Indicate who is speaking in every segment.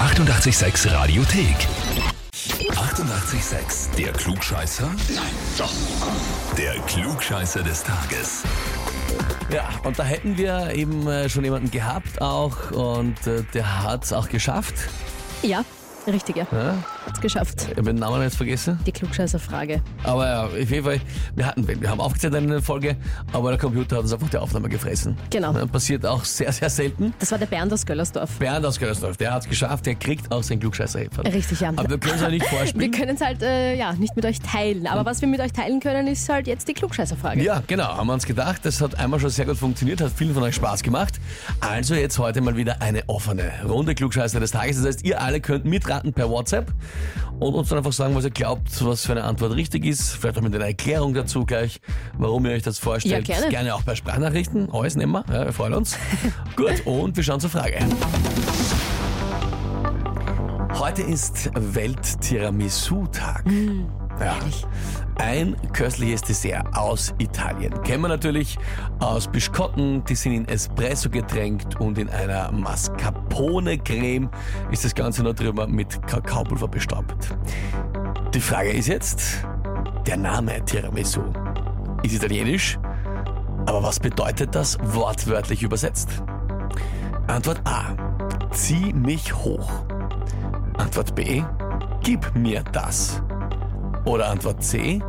Speaker 1: 886 Radiothek. 88,6. Der Klugscheißer? Nein, doch. Der Klugscheißer des Tages.
Speaker 2: Ja, und da hätten wir eben äh, schon jemanden gehabt auch und äh, der hat's auch geschafft.
Speaker 3: Ja, richtig, ja.
Speaker 2: Ja?
Speaker 3: Hat's geschafft.
Speaker 2: Ich habe den Namen jetzt vergessen.
Speaker 3: Die Klugscheißer-Frage.
Speaker 2: Aber ja, auf jeden Fall, wir hatten wen. Wir haben aufgezeichnet eine Folge, aber der Computer hat uns einfach die Aufnahme gefressen.
Speaker 3: Genau.
Speaker 2: Ja, passiert auch sehr, sehr selten.
Speaker 3: Das war der Bernd aus Göllersdorf.
Speaker 2: Bernd aus Gölsdorf, der hat's geschafft, der kriegt auch sein klugscheißer -Häferl.
Speaker 3: Richtig, ja.
Speaker 2: Aber wir können es ja nicht
Speaker 3: Wir
Speaker 2: vorspielen.
Speaker 3: können es halt äh, ja, nicht mit euch
Speaker 2: Hm.
Speaker 3: teilen. Aber was wir mit euch teilen können, ist halt jetzt die Klugscheißer-Frage.
Speaker 2: Ja, genau, haben wir uns gedacht. Das hat einmal schon sehr gut funktioniert, hat vielen von euch Spaß gemacht. Also jetzt heute mal wieder eine offene Runde Klugscheißer des Tages. Das heißt, ihr alle könnt mitraten per WhatsApp und uns dann einfach sagen, was ihr glaubt, was für eine Antwort richtig ist. Vielleicht auch mit einer Erklärung dazu gleich, warum ihr euch das vorstellt.
Speaker 3: Ja, gerne.
Speaker 2: gerne auch per Sprachnachrichten. Alles nehmen wir, ja, wir freuen uns. gut, und wir schauen zur Frage. Heute ist Welt-Tiramisu-Tag. Ja. Ein köstliches Dessert aus Italien. Kennen wir natürlich aus Biskotten, die sind in Espresso getränkt und in einer Mascarpone-Creme ist das Ganze noch drüber mit Kakaopulver bestaubt. Die Frage ist jetzt, der Name Tiramisu ist italienisch, aber was bedeutet das wortwörtlich übersetzt? Antwort A. Zieh mich hoch. Antwort B. Gib mir das. Oder Antwort C,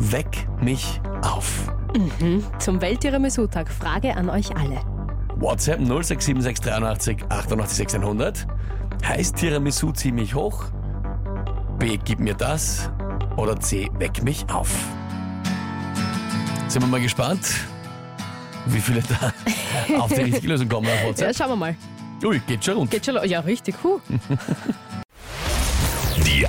Speaker 2: weck mich auf.
Speaker 3: Zum Welttiramisu-Tag. Frage an euch alle.
Speaker 2: WhatsApp 0676 88 600. Heißt Tiramisu zieh mich hoch? B, gib mir das. Oder C, weck mich auf. Sind wir mal gespannt, wie viele da auf die richtige Lösung kommen auf
Speaker 3: Ja,
Speaker 2: WhatsApp.
Speaker 3: schauen wir mal.
Speaker 2: Ui, geht schon rund.
Speaker 3: Geht schon. lo- Ja, richtig. Huh.
Speaker 1: Die